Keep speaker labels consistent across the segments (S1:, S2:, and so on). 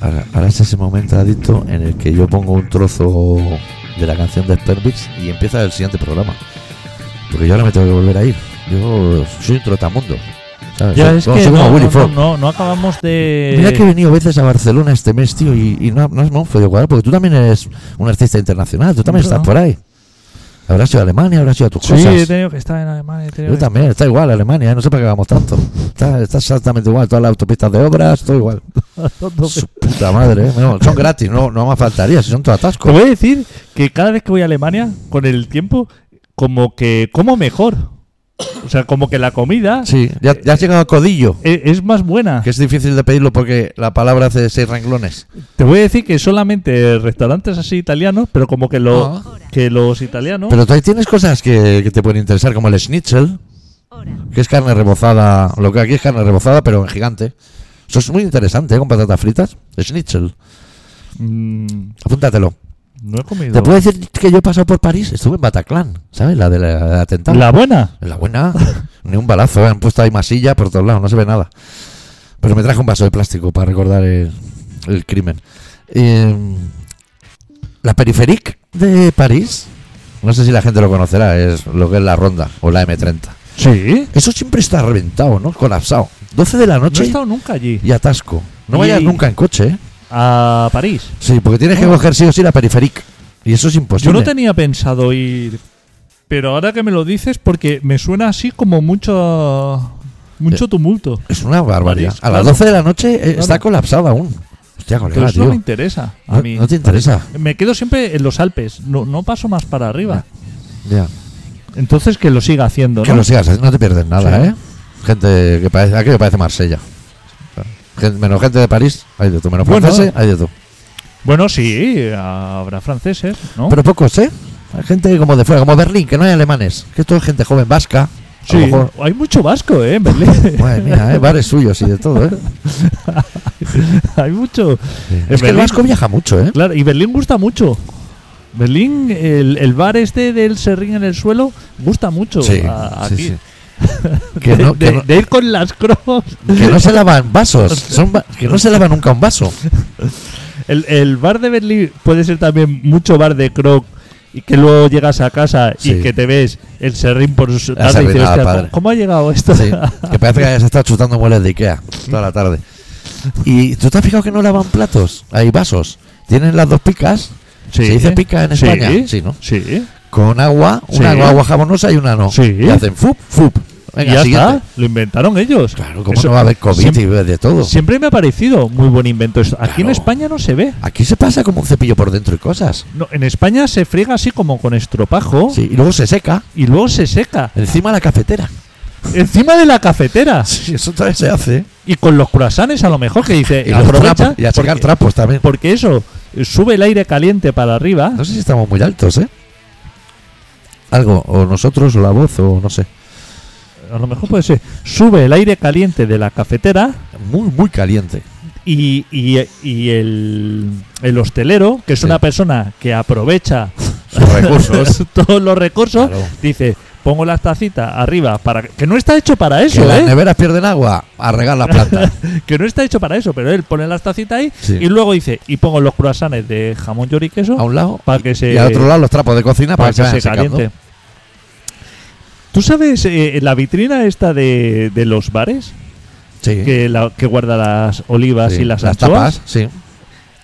S1: Ahora, ahora es ese momento adicto en el que yo pongo un trozo de la canción de Spermix y empieza el siguiente programa. Porque yo ahora me tengo que volver a ir. Yo soy un trotamundo. ¿sabes?
S2: Ya
S1: Soy-
S2: es
S1: bueno,
S2: que
S1: soy como
S2: no,
S1: Willy
S2: no,
S1: Fogg.
S2: no, eh. no, no acabamos de.
S1: Mira que he venido veces a Barcelona este mes, tío, y, y no, no hemos podido cuadrar, porque tú también eres un artista internacional, tú también
S2: Claro.
S1: estás por ahí. Habrás ido a Alemania, habrás ido a tus
S2: Sí,
S1: cosas.
S2: he tenido que estar en Alemania. he tenido
S1: Yo
S2: que-
S1: también, está igual Alemania, ¿eh? no sé para qué vamos tanto. Está, está exactamente igual, todas las autopistas de obras, todo igual. Su puta madre, ¿eh? No, son gratis, no, no más faltaría, si son todo
S2: Te
S1: atascos.
S2: voy a decir que cada vez que voy a Alemania, con el tiempo, como que como mejor. O sea, como que la comida
S1: Sí, ya, ya has llegado al codillo,
S2: e- es, más buena.
S1: que es difícil de pedirlo porque la palabra hace seis renglones.
S2: Te voy a decir que solamente restaurantes así italianos, pero como que, lo, que los italianos.
S1: Pero tú ahí tienes cosas que, que te pueden interesar, como el schnitzel, que es carne rebozada, lo que aquí es carne rebozada, pero en gigante. Eso es muy interesante, ¿eh? con patatas fritas. Schnitzel,
S2: mm,
S1: apúntatelo.
S2: no he comido.
S1: Te puedo decir que yo he pasado por París, estuve en Bataclan, ¿sabes? La del atentado.
S2: ¿La buena?
S1: En La buena, ni un balazo, ¿eh? han puesto ahí masilla por todos lados, no se ve nada. Pero me traje un vaso de plástico para recordar el, el crimen. Eh, la Periférique de París, no sé si la gente lo conocerá, es lo que es la Ronda o la M30.
S2: Sí.
S1: Eso siempre está reventado, ¿no? Colapsado. 12 de la
S2: No he
S1: noche
S2: estado nunca allí.
S1: y atasco. No
S2: Y-
S1: vayas nunca en coche, ¿eh?
S2: A París.
S1: Sí, porque tienes que coger sí o sí la Periférique. Y eso es
S2: Yo
S1: imposible.
S2: no tenía pensado ir. Pero ahora que me lo dices, porque me suena así como mucho. Mucho tumulto.
S1: Es una barbaridad.
S2: París,
S1: a las
S2: claro.
S1: 12 de la noche eh, está
S2: Claro.
S1: colapsada aún. Hostia,
S2: Pero
S1: colega,
S2: eso no me
S1: tío.
S2: interesa a
S1: No,
S2: mí.
S1: Ah, no te interesa.
S2: Me quedo siempre en los Alpes, no, no paso más para arriba.
S1: Ya.
S2: Entonces que lo siga haciendo,
S1: Que
S2: ¿no?
S1: lo sigas, haciendo, no te pierdes nada,
S2: Sí.
S1: ¿eh? Gente que parece. Aquí me parece Marsella. Gen- menos gente de París, hay de tú. Menos
S2: Bueno.
S1: franceses, hay de tú.
S2: Bueno, sí, habrá franceses, ¿no?
S1: Pero pocos, ¿eh? Hay gente como de fuera, como Berlín, que no hay alemanes. Que esto es gente joven vasca.
S2: Sí,
S1: A lo mejor.
S2: hay mucho vasco, ¿eh? En Berlín.
S1: Madre mía, ¿eh? Bares suyos y de todo, ¿eh?
S2: hay mucho.
S1: Es que el
S2: Berlín-
S1: vasco viaja mucho, ¿eh?
S2: Claro, y Berlín gusta mucho. Berlín, el, el bar este del serrín en el suelo, gusta mucho a- aquí.
S1: Que
S2: de,
S1: no, que
S2: de-
S1: no-
S2: de ir con las crocs.
S1: que no se lavan vasos. Son va- que no se lava nunca un vaso.
S2: El, el bar de Berlín puede ser también mucho bar de croc y que luego llegas a casa
S1: Sí.
S2: y que te ves el serrín por su
S1: La
S2: casa y dices,
S1: serrinada,
S2: "Hostia,
S1: padre".
S2: ¿cómo ha llegado esto?
S1: Sí, que parece que hayas estado chutando muebles de Ikea toda la tarde. ¿Y tú te has fijado que no lavan platos? Hay vasos. Tienen las dos picas.
S2: Sí.
S1: ¿Se dice pica en
S2: Sí.
S1: España? Sí, ¿no?
S2: Sí.
S1: Con agua, una
S2: Sí.
S1: agua jabonosa y una no.
S2: Sí.
S1: Y hacen fup, fup. Venga,
S2: y ya
S1: siguiente.
S2: está, lo inventaron ellos.
S1: Claro, como
S2: Eso-
S1: no va a haber COVID
S2: Siempre,
S1: y de todo.
S2: siempre me ha parecido muy buen invento esto. Aquí en
S1: Claro.
S2: España no se ve.
S1: Aquí se pasa como un cepillo por dentro y cosas.
S2: No, en España se friega así como con estropajo
S1: Sí, y luego se seca
S2: y luego se seca
S1: encima la cafetera.
S2: encima de la cafetera
S1: Sí, eso todavía se hace.
S2: y con los croissants a lo mejor que dice
S1: Y, los
S2: Eh, aprovecha
S1: trapos, y a sacar
S2: porque-
S1: trapos también.
S2: Porque eso eh, sube el aire caliente para arriba.
S1: No sé si estamos muy altos, ¿eh? Algo, o nosotros, o la voz, o no sé.
S2: A lo mejor puede ser. Sube el aire caliente de la cafetera
S1: Muy, muy caliente.
S2: y, y- y el, el hostelero, que es
S1: Sí.
S2: una persona que aprovecha
S1: Sus recursos.
S2: todos los recursos,
S1: Claro.
S2: dice, pongo las tacitas arriba para que que no está hecho para
S1: que
S2: eso,
S1: las
S2: ¿eh?
S1: neveras pierden agua, a regar la planta.
S2: Que no está hecho para eso, pero él pone las tacitas ahí
S1: Sí. Ah,
S2: y luego dice, y pongo los croissants de jamón york y queso
S1: A un lado
S2: para que se
S1: y al otro lado los trapos de cocina para, que se vayan secando.
S2: caliente. ¿Tú sabes eh, la vitrina esta de, de los bares?
S1: Sí.
S2: Que, la, que guarda las olivas
S1: Sí,
S2: y las,
S1: las
S2: anchoas.
S1: tapas, sí.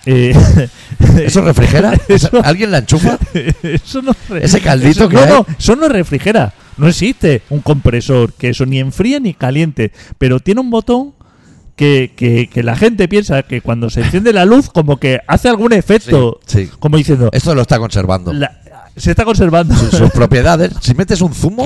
S2: Eh,
S1: ¿Eso refrigera?
S2: Eso-
S1: ¿Alguien la enchufa?
S2: eso no re-
S1: Ese caldito
S2: eso-
S1: que
S2: no,
S1: hay.
S2: no, eso no refrigera. No existe un compresor que eso ni enfríe ni caliente. Pero tiene un botón que, que- que la gente piensa que cuando se enciende la luz como que hace algún efecto.
S1: Sí, sí.
S2: Como diciendo,
S1: Esto lo está conservando.
S2: la- se está conservando.
S1: Sus propiedades. Si metes un zumo,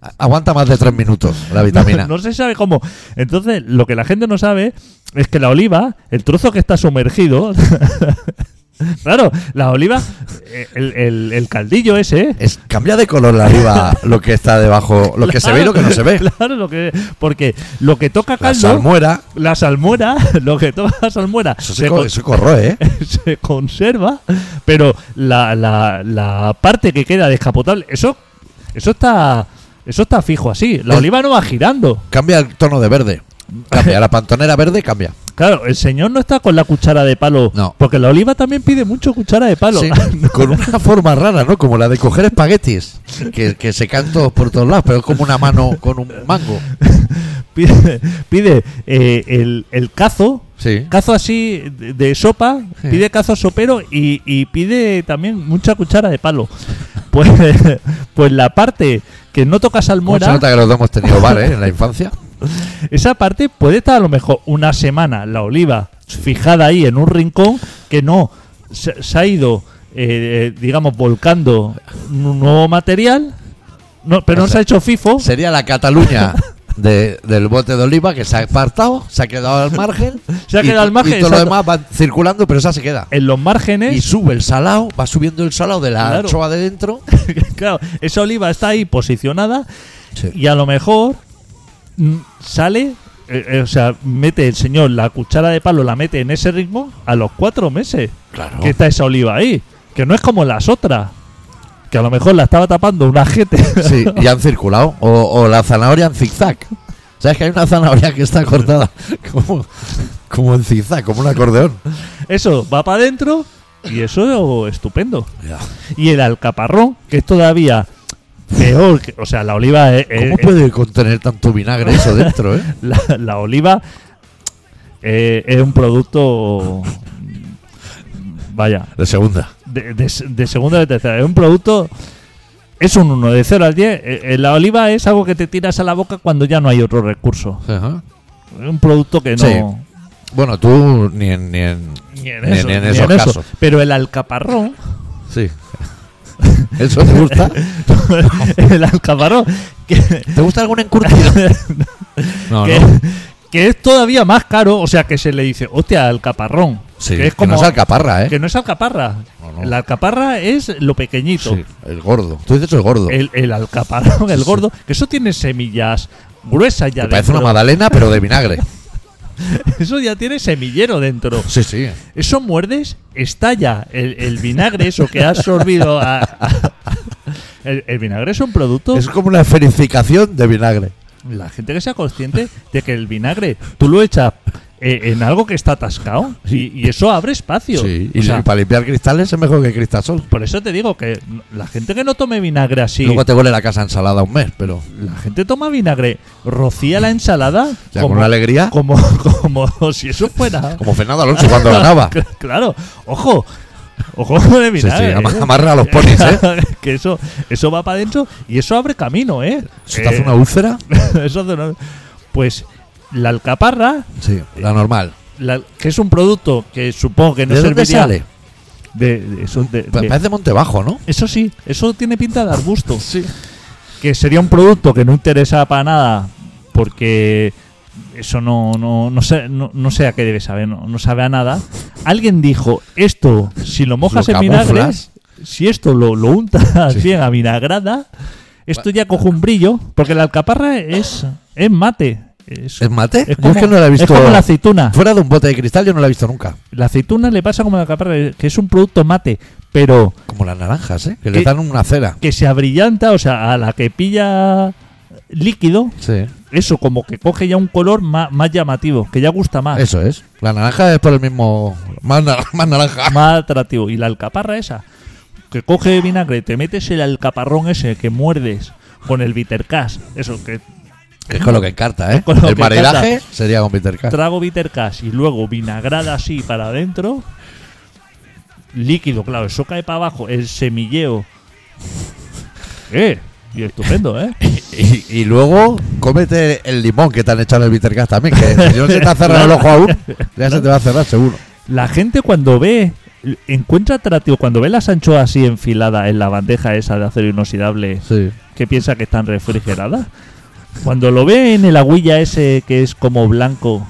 S1: a- aguanta más de tres minutos la vitamina.
S2: No, no se sabe cómo. Entonces, lo que la gente no sabe es que la oliva, el trozo que está sumergido. claro, la oliva, eh, el, el- el caldillo ese.
S1: Es, cambia de color la arriba lo que está debajo, lo que se ve y lo que no se ve.
S2: Claro, lo que, porque lo que toca
S1: La
S2: caldo,
S1: salmuera,
S2: la salmuera, lo que toca la salmuera
S1: eso
S2: se
S1: se, co-
S2: con-
S1: eso corroe, ¿eh?
S2: se conserva, pero la, la- la parte que queda descapotable, eso, eso está. Eso está fijo así. La
S1: Es-
S2: oliva no va girando.
S1: Cambia el tono de verde. Cambia, la pantonera verde cambia.
S2: Claro, el señor no está con la cuchara de palo.
S1: No.
S2: Porque la oliva también pide mucho cuchara de palo.
S1: Sí, con una forma rara, ¿no? Como la de coger espaguetis, que, que se caen todos por todos lados, pero es como una mano con un mango.
S2: pide pide, eh, el, el cazo.
S1: Sí.
S2: Cazo así de, de sopa.
S1: Sí.
S2: Pide cazo sopero y, y pide también mucha cuchara de palo. Pues, pues la parte que no toca
S1: ¿Cómo se
S2: salmuera.
S1: nota que los dos hemos tenido bar, ¿eh? En la infancia.
S2: Esa parte puede estar a lo mejor una semana la oliva fijada ahí en un rincón que no se, se ha ido, eh, eh, digamos, volcando un nuevo material, no, pero no se ha hecho FIFO.
S1: Sería la Cataluña de- del bote de oliva que se ha apartado, se ha quedado al margen.
S2: Se ha
S1: y-
S2: quedado al margen,
S1: Y todo lo
S2: exacto.
S1: demás va circulando, pero esa se queda.
S2: En los
S1: Y
S2: márgenes,
S1: sube el salado, va subiendo el salado de la
S2: Claro.
S1: anchoa de dentro.
S2: claro, esa oliva está ahí posicionada y a lo mejor mm, sale, eh, eh, o sea, mete el señor la cuchara de palo, la mete en ese ritmo a los cuatro meses.
S1: Claro.
S2: que está esa oliva ahí. Que no es como las otras. Que a lo mejor la estaba tapando una gente.
S1: Sí, y han circulado. O, o la zanahoria en zigzag. ¿Sabes que hay una zanahoria que está cortada como, como en zigzag, como un acordeón?
S2: Eso va para adentro y eso es estupendo. Y el alcaparrón, que es todavía peor. que- o sea, la oliva es. es-
S1: ¿Cómo puede contener tanto vinagre eso dentro, eh?
S2: la, la oliva eh, es un producto. Vaya,
S1: De segunda.
S2: de, de, de segunda de tercera. Es un producto. Es un 1 de 0 al 10. Eh, eh, La oliva es algo que te tiras a la boca cuando ya no hay otro recurso.
S1: Ajá.
S2: Es un producto que no.
S1: Sí. Bueno, tú ni en. Ni en
S2: Ni en,
S1: Ni-
S2: eso,
S1: ni en
S2: ni
S1: esos
S2: en eso.
S1: casos.
S2: Pero el alcaparrón,
S1: sí. ¿Eso te gusta?
S2: el alcaparrón, que,
S1: ¿Te gusta algún encurtido? No,
S2: que,
S1: no.
S2: que es todavía más caro, o sea que se le dice, hostia, alcaparrón.
S1: Sí,
S2: que es
S1: que
S2: como.
S1: no es alcaparra, ¿eh?
S2: que no es alcaparra.
S1: No, no.
S2: La alcaparra es lo pequeñito.
S1: Sí, el gordo. Tú dices el gordo.
S2: El, el alcaparrón, el
S1: Sí.
S2: gordo, que eso tiene semillas gruesas ya
S1: Que parece
S2: dentro.
S1: una magdalena, pero de vinagre.
S2: Eso ya tiene semillero dentro.
S1: Sí, sí.
S2: Eso muerdes, estalla el, el vinagre, eso que has sorbido. a- a- el, el vinagre es un producto
S1: Es como una ferificación de vinagre.
S2: La gente que sea consciente de que el vinagre tú lo echas eh, en algo que está atascado y, y eso abre espacio.
S1: Sí,
S2: O
S1: y
S2: sea,
S1: para limpiar cristales es mejor que cristasol.
S2: por eso te digo que n- la gente que no tome vinagre así,
S1: Luego te huele la casa ensalada un mes, pero
S2: la gente toma vinagre, rocía la ensalada
S1: ya con una alegría,
S2: como, como si eso fuera.
S1: como Fernando Alonso cuando ganaba. Sí,
S2: Cl- claro, ojo, ojo con el
S1: sí,
S2: vinagre.
S1: ama-
S2: ¿eh?
S1: amarra a los ponis, ¿eh?
S2: que eso, eso va para adentro y eso abre camino, ¿eh?
S1: Si te hace
S2: Eh,
S1: una úlcera,
S2: eso hace una- Pues la alcaparra
S1: sí, la normal.
S2: la- que es un producto que supongo que no
S1: ¿De dónde
S2: serviría
S1: sale?
S2: de, de- eso de-
S1: Pa-
S2: de-
S1: Parece Montebajo, ¿no?
S2: eso sí eso tiene pinta de arbusto
S1: Sí.
S2: que sería un producto que no interesa para nada porque eso no no, no sé no, no sé a qué debe saber no, no sabe a nada alguien dijo esto si lo mojas
S1: Lo
S2: en vinagre
S1: camuflas.
S2: si esto lo, lo untas
S1: Sí.
S2: bien a vinagrada esto ya coge un brillo porque la alcaparra es es mate es,
S1: ¿Es mate?
S2: es
S1: Yo es que no la he visto.
S2: es como la aceituna
S1: Fuera de un bote de cristal yo no la he visto nunca.
S2: La aceituna le pasa como la caparra, que es un producto mate, pero
S1: Como las naranjas, ¿eh? Que
S2: ¿Qué?
S1: le dan una cera.
S2: que se abrillanta, o sea, a la que pilla líquido,
S1: Sí.
S2: eso como que coge ya un color ma- más, llamativo, que ya gusta más,
S1: Eso es. La naranja es por el mismo. Más, nar- más naranja.
S2: más atractivo. Y la alcaparra esa, que coge vinagre, te metes el alcaparrón ese que muerdes con el bittercast, eso, que
S1: Que es con lo que encarta, ¿eh?
S2: con lo
S1: el
S2: que
S1: maridaje sería con Peter Kahn.
S2: trago bittercast y luego vinagrada así para adentro, líquido, claro, eso cae para abajo, el semilleo. Eh, y estupendo, ¿eh?
S1: Y, y luego cómete el limón que te han echado en el bitter gas también, que si no se te ha cerrado el ojo aún, ya se te va a cerrar seguro.
S2: La gente cuando ve, encuentra atractivo, cuando ve las anchoas así enfiladas en la bandeja esa de acero inoxidable,
S1: Sí.
S2: que piensa que están refrigeradas, cuando lo ve en el agüilla ese que es como blanco,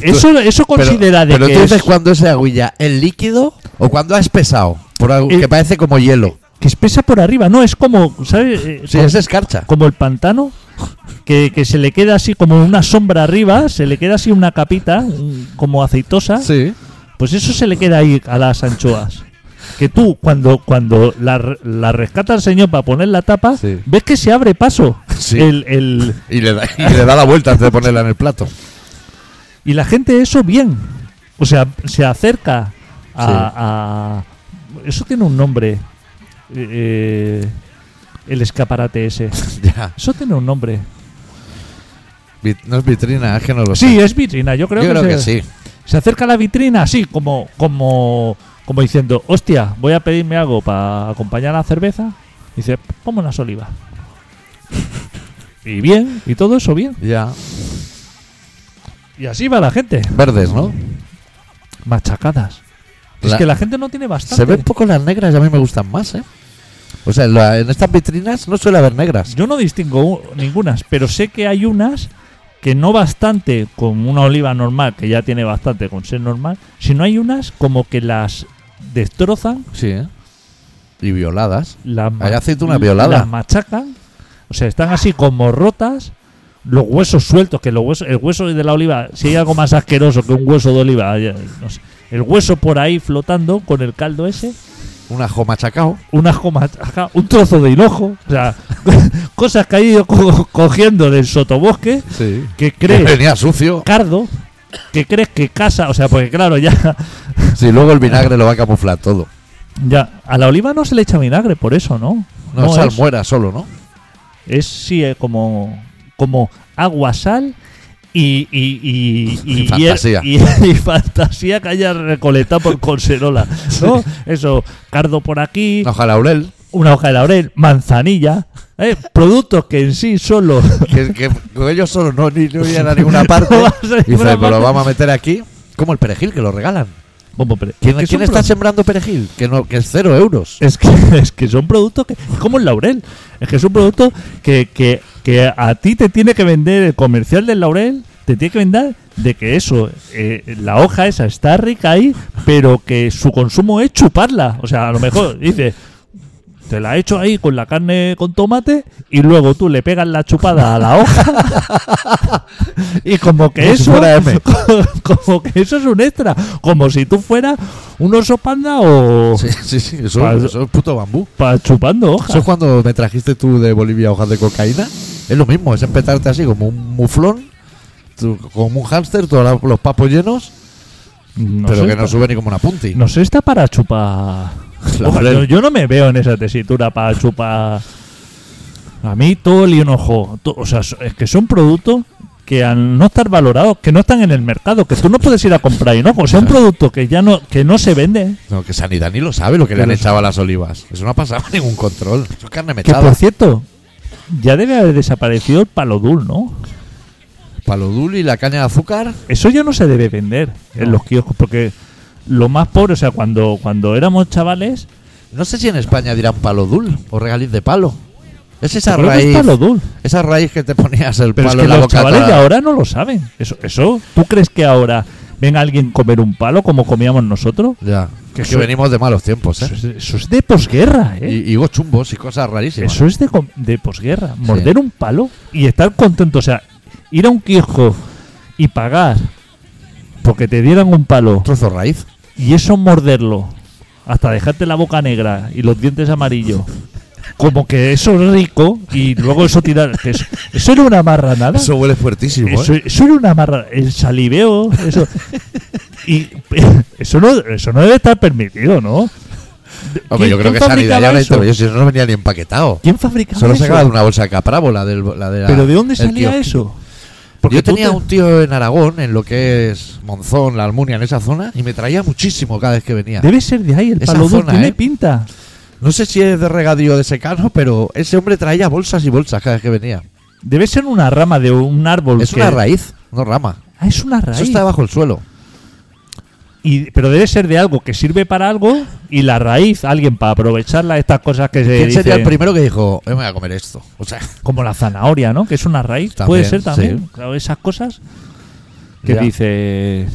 S2: eso, eso considera de
S1: pero
S2: que
S1: tú dices
S2: es,
S1: cuando es agüilla, ¿el líquido o cuando ha espesado? Por algo
S2: El-
S1: que parece como hielo.
S2: que espesa por arriba, no, es como, ¿sabes? Eh,
S1: Sí,
S2: como,
S1: es escarcha.
S2: como el pantano, que, que se le queda así como una sombra arriba, se le queda así una capita, un- como aceitosa.
S1: Sí.
S2: Pues eso se le queda ahí a las anchoas. Que tú, cuando, cuando la, re- la rescata el señor para poner la tapa,
S1: Sí.
S2: ves que se abre paso.
S1: Sí.
S2: El, el-
S1: Y le, da, y le da la vuelta antes de ponerla en el plato.
S2: Y la gente eso bien. O sea, se acerca a... a- eso tiene un nombre. eh, el escaparate ese.
S1: ya.
S2: Eso tiene un nombre.
S1: Vit- No es vitrina, es que no lo
S2: Sí,
S1: sé.
S2: es vitrina. Yo creo
S1: Pues Yo
S2: que,
S1: creo
S2: se,
S1: que sí.
S2: se acerca a la vitrina así como, como, como diciendo, hostia, voy a pedirme algo para acompañar a la cerveza. Y dice, ponme unas olivas. Y bien, y todo eso bien.
S1: Ya.
S2: Y así va la gente,
S1: Verdes, ¿no?
S2: machacadas. Es
S1: La-
S2: que la gente no tiene bastante.
S1: Se ven poco las negras y a mí me gustan más, ¿eh? O sea, en, la- en estas vitrinas no suele haber negras.
S2: Yo no distingo u- ningunas, pero sé que hay unas que no bastante con una oliva normal, que ya tiene bastante con ser normal, sino hay unas como que las destrozan
S1: Sí, ¿eh? Y violadas.
S2: las ma-
S1: Hay aceituna violada.
S2: las machacan, o sea, están así como rotas, los huesos sueltos, que los huesos, el hueso de la oliva, si hay algo más asqueroso que un hueso de oliva, ya, no sé, el hueso por ahí flotando con el caldo ese,
S1: Un ajo machacao.
S2: un ajo machaca, un trozo de hinojo, o sea, cosas que ha ido co- cogiendo del sotobosque,
S1: Sí.
S2: que
S1: Que
S2: crees
S1: venía sucio.
S2: cardo, que crees que casa, o sea, porque claro, ya,
S1: Sí, luego el vinagre lo va a camuflar todo.
S2: ya, a la oliva no se le echa vinagre, por eso, ¿no?
S1: No,
S2: es-
S1: salmuera solo, ¿no?
S2: Es sí, eh, como, como agua, sal y, y, y,
S1: Y fantasía.
S2: Y, y fantasía que haya recolectado por Conserola. ¿no? Eso, cardo por aquí,
S1: Hoja laurel.
S2: una hoja de laurel, manzanilla. ¿eh? Productos que en sí solo.
S1: Que, que con ellos solo no, ni, no iban a ninguna parte.
S2: No vas a ninguna
S1: Dice, pero
S2: parte".
S1: lo vamos a meter aquí. Como el perejil que lo regalan.
S2: Como, pero,
S1: ¿Quién,
S2: es que
S1: quién
S2: son
S1: está
S2: productos-
S1: sembrando perejil? Que, no, que es cero euros.
S2: Es que, es que son productos que. Es como el laurel. Es que es un producto que, que, que a ti te tiene que vender el comercial del laurel. Te tiene que vender de que eso, eh, la hoja esa está rica ahí, pero que su consumo es chuparla. O sea, a lo mejor dice, te la he hecho ahí con la carne con tomate y luego tú le pegas la chupada a la hoja. y como que
S1: Como si
S2: eso.
S1: fuera M.
S2: como que eso es un extra. Como si tú fueras un oso panda o
S1: Sí, sí, sí. Eso,
S2: Para-
S1: eso es puto bambú.
S2: pa- chupando hojas.
S1: Eso es cuando me trajiste tú de Bolivia hojas de cocaína. Es lo mismo, es empetarte así como un muflón, tú- como un hámster, todos la- los papos llenos,
S2: No
S1: pero
S2: sé,
S1: que no
S2: pa-
S1: sube ni como una punti.
S2: No sé, está para chupar.
S1: La
S2: Ojo,
S1: verdad.
S2: yo, yo no me veo en esa tesitura para chupar. A mí todo el hinojo. to- O sea, so- es que son productos que al no estar valorados, que no están en el mercado, que tú no puedes ir a comprar hinojo. O sea, un producto que ya no, que no se vende.
S1: No, que Sanidad ni lo sabe lo que le
S2: Que
S1: han
S2: lo
S1: echado a las olivas. Eso no ha pasado ningún control. Eso es carne
S2: Que
S1: mechada.
S2: por cierto, ya debe haber desaparecido el palodul, ¿no?
S1: Palodul y la caña de azúcar.
S2: Eso ya no se debe vender en los kioscos, porque lo más pobre, o sea, cuando, cuando éramos chavales,
S1: No sé si en España dirán palodul o regaliz de palo. Es esa
S2: creo que es
S1: raíz.
S2: palodul.
S1: Esa raíz que te ponías el
S2: Pero es
S1: palo
S2: que
S1: en la
S2: los
S1: boca.
S2: chavales de
S1: toda-
S2: ahora no lo saben. Eso, eso, ¿tú crees que ahora venga alguien comer un palo como comíamos nosotros?
S1: Ya.
S2: Que
S1: Que,
S2: soy-
S1: venimos de malos tiempos,
S2: Eso
S1: ¿eh?
S2: es, eso es de posguerra, ¿eh?
S1: Y, y higos chumbos y cosas rarísimas.
S2: eso es de, com- de posguerra. Morder un palo y estar contento. O sea, ir a un kiosco y pagar porque te dieran un palo
S1: Trozo raíz.
S2: y eso morderlo hasta dejarte la boca negra y los dientes amarillos. Como que eso es rico y luego eso tirar. que Eso, eso era una marranada.
S1: Eso huele fuertísimo, ¿eh?
S2: Eso, eso era una marra, el saliveo, eso. y eso no, eso no debe estar permitido, ¿no? De-
S1: Hombre, yo creo que sanidad ya
S2: fabricaba
S1: lo
S2: eso?
S1: yo si no, no venía ni empaquetado.
S2: ¿Quién fabricaba
S1: Solo
S2: eso?
S1: sacaba de una bolsa de capravo, la, del, la de la-
S2: ¿Pero de dónde
S1: el
S2: salía
S1: kiosco.
S2: eso?
S1: Yo
S2: tú
S1: tenía
S2: te-
S1: un tío en Aragón, en lo que es Monzón, la Almunia, en esa zona, y me traía muchísimo cada vez que venía.
S2: Debe ser de ahí, el
S1: Esa
S2: palodul
S1: zona,
S2: tiene
S1: ¿eh?
S2: pinta.
S1: No sé si es de regadío o de secano, pero ese hombre traía bolsas y bolsas cada vez que venía.
S2: Debe ser una rama de un árbol.
S1: Es
S2: que-
S1: una raíz, no rama.
S2: Ah, es una raíz.
S1: Eso está bajo el suelo.
S2: Y- pero debe ser de algo que sirve para algo y la raíz, alguien para aprovecharla, estas cosas que se
S1: ¿Quién sería el
S2: dicen-
S1: primero que dijo, "Yo me voy a comer esto? O sea,
S2: Como la zanahoria, ¿no? Que es una raíz.
S1: También,
S2: Puede ser también.
S1: sí.
S2: Claro, esas cosas que
S1: Ya.
S2: dices.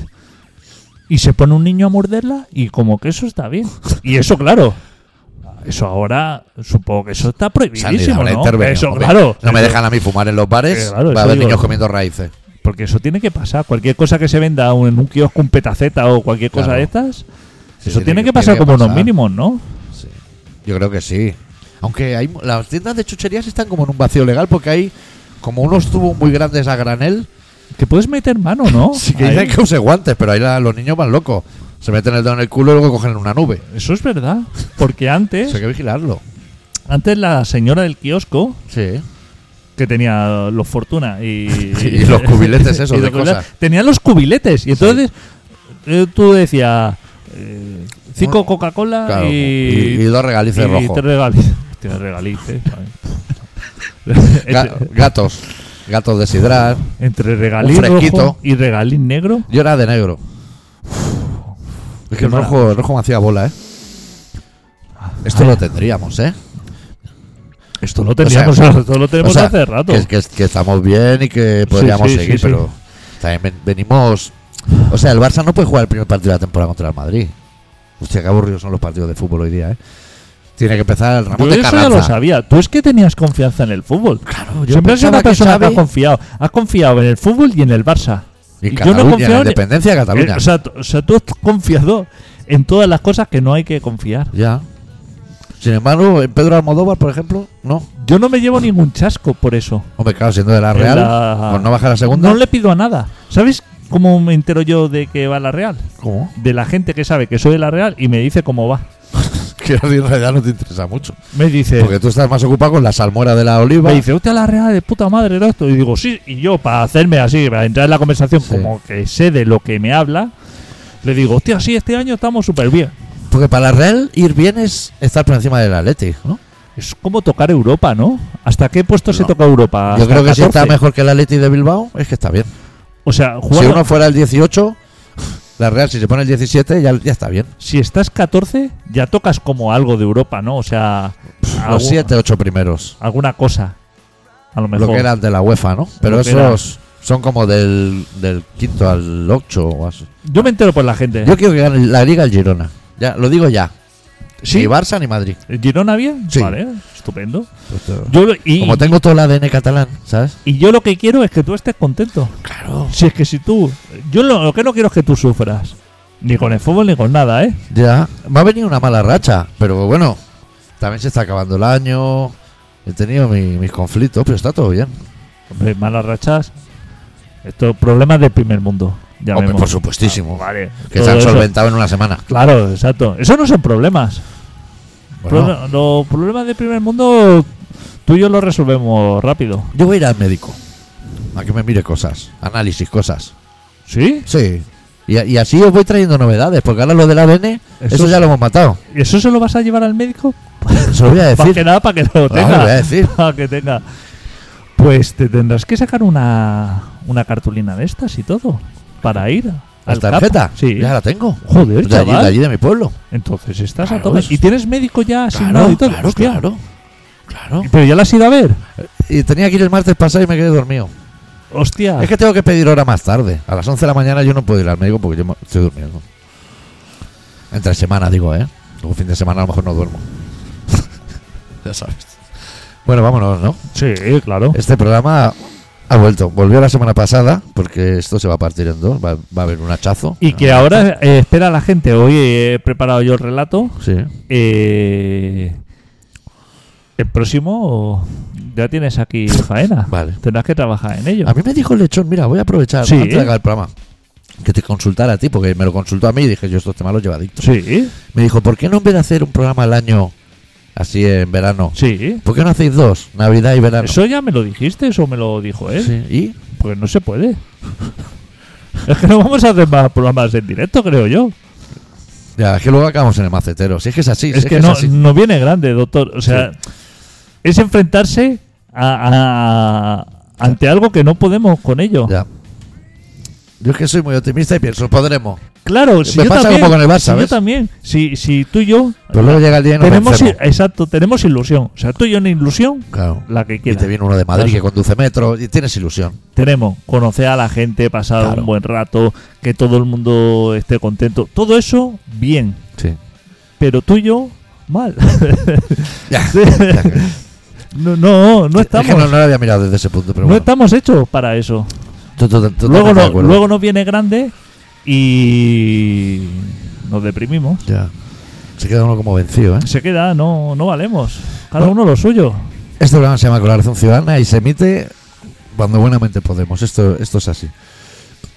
S2: Y se pone un niño a morderla y como que eso está bien. Y eso, claro. Eso ahora, supongo que eso está
S1: sanidad,
S2: prohibidísimo,
S1: la
S2: ¿no?
S1: intervengo,
S2: Eso,
S1: hombre.
S2: claro.
S1: No me
S2: Eso-
S1: dejan a mí fumar en los bares,
S2: Eh, claro,
S1: va a
S2: eso
S1: haber
S2: digo.
S1: niños comiendo raíces.
S2: Porque eso tiene que pasar. Cualquier cosa que se venda un- en un kiosco, un petaceta o cualquier cosa
S1: Claro.
S2: de estas,
S1: Sí,
S2: eso
S1: tiene
S2: tiene
S1: que-
S2: que pasar
S1: tiene que
S2: como unos
S1: pasar.
S2: mínimos, ¿no?
S1: Sí. Yo creo que sí. Aunque hay mu- las tiendas de chucherías están como en un vacío legal porque hay como unos tubos muy grandes a granel
S2: Que puedes meter mano, ¿no?
S1: Sí que
S2: Ahí.
S1: dicen que use guantes, pero ahí la- los niños van locos. Se meten el dedo en el culo y luego cogen una nube.
S2: Eso es verdad. Porque
S1: Eso hay
S2: antes,
S1: que vigilarlo.
S2: antes la señora del kiosco,
S1: Sí.
S2: que tenía los Fortuna y,
S1: Y los cubiletes esos
S2: y
S1: de
S2: los cubiletes.
S1: cosas.
S2: Tenían los cubiletes y entonces eh, tú decías eh, cinco Coca-Cola
S1: Claro. Y,
S2: Ah. y,
S1: y dos regalices
S2: y
S1: rojos.
S2: tres regalices. Tienes regalices. ay.
S1: Ga-
S2: entre,
S1: gatos. Gatos deshidrar.
S2: entre
S1: un
S2: regaliz
S1: fresquito.
S2: rojo y regaliz negro.
S1: Yo era de negro. Es que el
S2: Qué
S1: rojo, el rojo me hacía bola, ¿eh? Esto lo tendríamos, ¿eh?
S2: Esto lo
S1: sea,
S2: teníamos, esto lo tenemos
S1: O sea,
S2: hace rato.
S1: Que, que- que estamos bien y que podríamos
S2: sí, sí,
S1: seguir,
S2: sí.
S1: pero también ven- venimos. O sea, el Barça no puede jugar el primer partido de la temporada contra el Madrid. Hostia, qué aburridos son los partidos de fútbol hoy día, ¿eh? Tiene que empezar el Ramón
S2: Yo
S1: de
S2: eso ya lo
S1: Carranza.
S2: sabía. Tú es que tenías confianza en el fútbol.
S1: Claro, yo
S2: Siempre has
S1: pensaba
S2: sido una
S1: que
S2: persona que,
S1: Xavi-
S2: ha confiado. Has confiado en el fútbol y en el Barça.
S1: Y
S2: yo no
S1: Cataluña,
S2: confío
S1: la
S2: en-
S1: independencia de Cataluña.
S2: Eh, o, sea, t- o sea, tú has confiado en todas las cosas que no hay que confiar.
S1: ya. Sin embargo, en Pedro Almodóvar, por ejemplo, no.
S2: Yo no me llevo ningún chasco por eso.
S1: Hombre, claro, siendo de la
S2: En
S1: Real,
S2: la-
S1: por no bajar a segunda.
S2: No le pido a nada. ¿Sabes cómo me entero yo de que va la Real?
S1: ¿Cómo?
S2: De la gente que sabe que soy de la Real y me dice cómo va.
S1: Que a ti en realidad no te interesa mucho.
S2: Me dice,
S1: Porque tú estás más ocupado con la salmuera de la oliva.
S2: me dice, hostia, Eh. la Real de puta madre, ¿no? esto. Y digo, sí, y yo, para hacerme así, para entrar en la conversación,
S1: Sí.
S2: como que sé de lo que me habla, le digo, hostia, sí, este año estamos súper bien.
S1: Porque para la Real ir bien es estar por encima del Atleti, ¿no?
S2: Es como tocar Europa, ¿no? ¿Hasta qué puesto se
S1: No.
S2: toca Europa?
S1: Yo
S2: ¿Hasta
S1: creo que si está
S2: 14?
S1: mejor que el Atleti de Bilbao, es que está bien.
S2: O sea,
S1: Si
S2: jugando-
S1: uno fuera el 18, la Real si se pone el 17 ya, ya está bien.
S2: si estás 14, ya tocas como algo de Europa, ¿no? O sea, algún-
S1: Los 7, 8 primeros.
S2: alguna cosa. A lo mejor.
S1: Lo que eran de la UEFA, ¿no? Pero
S2: Lo que era.
S1: esos son como del, del quinto al 8 o así.
S2: Yo me entero por la gente.
S1: Yo quiero que gane la Liga el Girona. Ya, lo digo ya.
S2: ¿Sí?
S1: Ni Barça ni Madrid.
S2: ¿Girona bien?
S1: Sí.
S2: Vale, estupendo. Yo, lo- y,
S1: Como tengo todo el ADN catalán, ¿sabes?
S2: y yo lo que quiero es que tú estés contento.
S1: Claro.
S2: Si es que si tú. Yo lo, lo que no quiero es que tú sufras. Ni con el fútbol ni con nada, ¿eh?
S1: Ya, me ha venido una mala racha, pero bueno, también se está acabando el año. He tenido mi- mis conflictos, pero está todo bien.
S2: Hombre, malas rachas. Estos problemas del primer mundo.
S1: Hombre,
S2: llamémoslo.
S1: por supuestísimo.
S2: Ah, Vale.
S1: que
S2: todo
S1: se han
S2: eso.
S1: solventado en una semana.
S2: Claro, exacto. Eso no son problemas.
S1: Bueno,
S2: Problema- los problemas de primer mundo, tú y yo los resolvemos rápido.
S1: yo voy a ir al médico a que me mire cosas, análisis, cosas.
S2: ¿Sí?
S1: Sí. Y, a- y así os voy trayendo novedades, porque ahora lo del ADN, eso,
S2: Eso
S1: ya
S2: sí.
S1: lo hemos matado.
S2: ¿Y eso se lo vas a llevar al médico?
S1: Se lo voy a
S2: Más que
S1: decir.
S2: nada para que lo
S1: Ah, lo voy a
S2: tenga.
S1: decir.
S2: Para que tenga. Pues te tendrás que sacar una, una cartulina de estas y todo. Para ir.
S1: ¿La
S2: al
S1: tarjeta?
S2: CAP. Sí.
S1: Ya la tengo.
S2: Joder,
S1: De allí,
S2: chaval.
S1: de allí de mi pueblo.
S2: Entonces estás
S1: Claro,
S2: a tope.
S1: eso-
S2: Y tienes médico ya asignado
S1: Claro,
S2: y todo.
S1: claro,
S2: Hostia.
S1: claro. Claro.
S2: Pero ya la has ido a ver.
S1: Y tenía que ir el martes pasado y me quedé dormido.
S2: Hostia.
S1: Es que tengo que pedir hora más tarde. A las 11 de la mañana yo no puedo ir al médico porque yo me- estoy durmiendo. Entre semana, digo, ¿eh? Luego fin de semana a lo mejor no duermo. ya sabes. Bueno, vámonos, ¿no?
S2: Sí, claro.
S1: Este programa ha vuelto. Volvió la semana pasada porque esto se va a partir en dos. Va, va a haber un hachazo.
S2: Y que ahora eh, espera a la gente. Hoy he preparado yo el relato.
S1: Sí.
S2: Eh, el próximo ya tienes aquí faena.
S1: Vale. Ah,
S2: Tendrás que trabajar en ello.
S1: A mí me dijo el lechón, mira, voy a aprovechar
S2: Sí.
S1: antes de acabar el programa. Que te consultara a ti, porque me lo consultó a mí y dije, yo estos temas los llevo adicto.
S2: Sí,
S1: Me dijo, ¿por qué no en vez de hacer un programa al año así en verano?
S2: sí.
S1: ¿Por qué no hacéis dos? Navidad y verano.
S2: Eso ya me lo dijiste, eso me lo dijo él.
S1: Sí, ¿Y?
S2: Pues no se puede. es que no vamos a hacer más programas en directo, creo yo.
S1: Ya, es que luego acabamos en el macetero. Si es que es así, si
S2: es que, no,
S1: es así.
S2: no viene grande, doctor. O sea, es enfrentarse a- a- ante algo que no podemos con ello.
S1: Ya. Yo es que soy muy optimista y pienso, podremos.
S2: Claro, si
S1: Me
S2: yo
S1: pasa
S2: también,
S1: como con el Barça,
S2: si yo
S1: ¿ves?
S2: también, si, si tú y yo
S1: Pero luego llega el día y nos
S2: tenemos,
S1: vencemos.
S2: i- exacto, tenemos ilusión, o sea, tú y yo una ilusión,
S1: Claro.
S2: la que
S1: Y
S2: quieras.
S1: te viene uno de Madrid
S2: Claro.
S1: que conduce metro y tienes ilusión.
S2: Tenemos conocer a la gente, pasar
S1: Claro.
S2: un buen rato, que todo el mundo esté contento, todo eso bien,
S1: Sí.
S2: pero tú y yo mal.
S1: Ya.
S2: Sí.
S1: Ya que-
S2: no, no, no
S1: es que
S2: estamos,
S1: no, no lo había mirado desde ese punto, pero
S2: no
S1: bueno.
S2: estamos hechos para eso.
S1: Tú- tú- tú- tú-
S2: Luego,
S1: de
S2: no,
S1: acuerdo.
S2: luego nos viene grande y nos deprimimos.
S1: Ya. Se queda uno como vencido, ¿eh?
S2: Se queda, no, no valemos. Cada
S1: Bueno.
S2: uno lo suyo.
S1: Este programa se llama Colaboración Ciudadana y se emite cuando buenamente podemos. Esto, esto es así.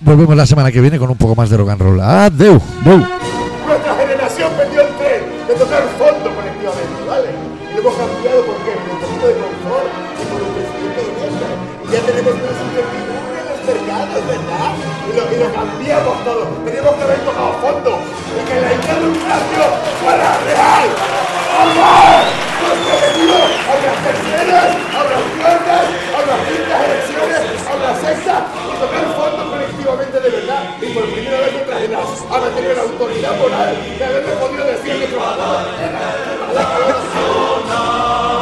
S1: Volvemos la semana que viene con un poco más de rock and roll. ¡Adeu!
S2: ¡Bou!
S3: Nuestra generación perdió el tren de tocar fondo colectivamente, ¿vale? Y lo hemos cambiado por qué? Por un poquito de confort y por un crecimiento de mierda. Y ya tenemos menos incertidumbre en los mercados, ¿verdad? Y lo, y lo cambiamos todo. Teníamos que haber tocado fondo. Y que la idea de un cambio fuera real. ¡Vamos! Los prometidos a las terceras, a las cuartas, a las quintas elecciones, a la sexta y tocar fondo colectivamente de verdad. Y por primera vez nuestra generación ha tenido la autoridad moral de haberle podido decir a nuestros abuelos, "Era la palabra".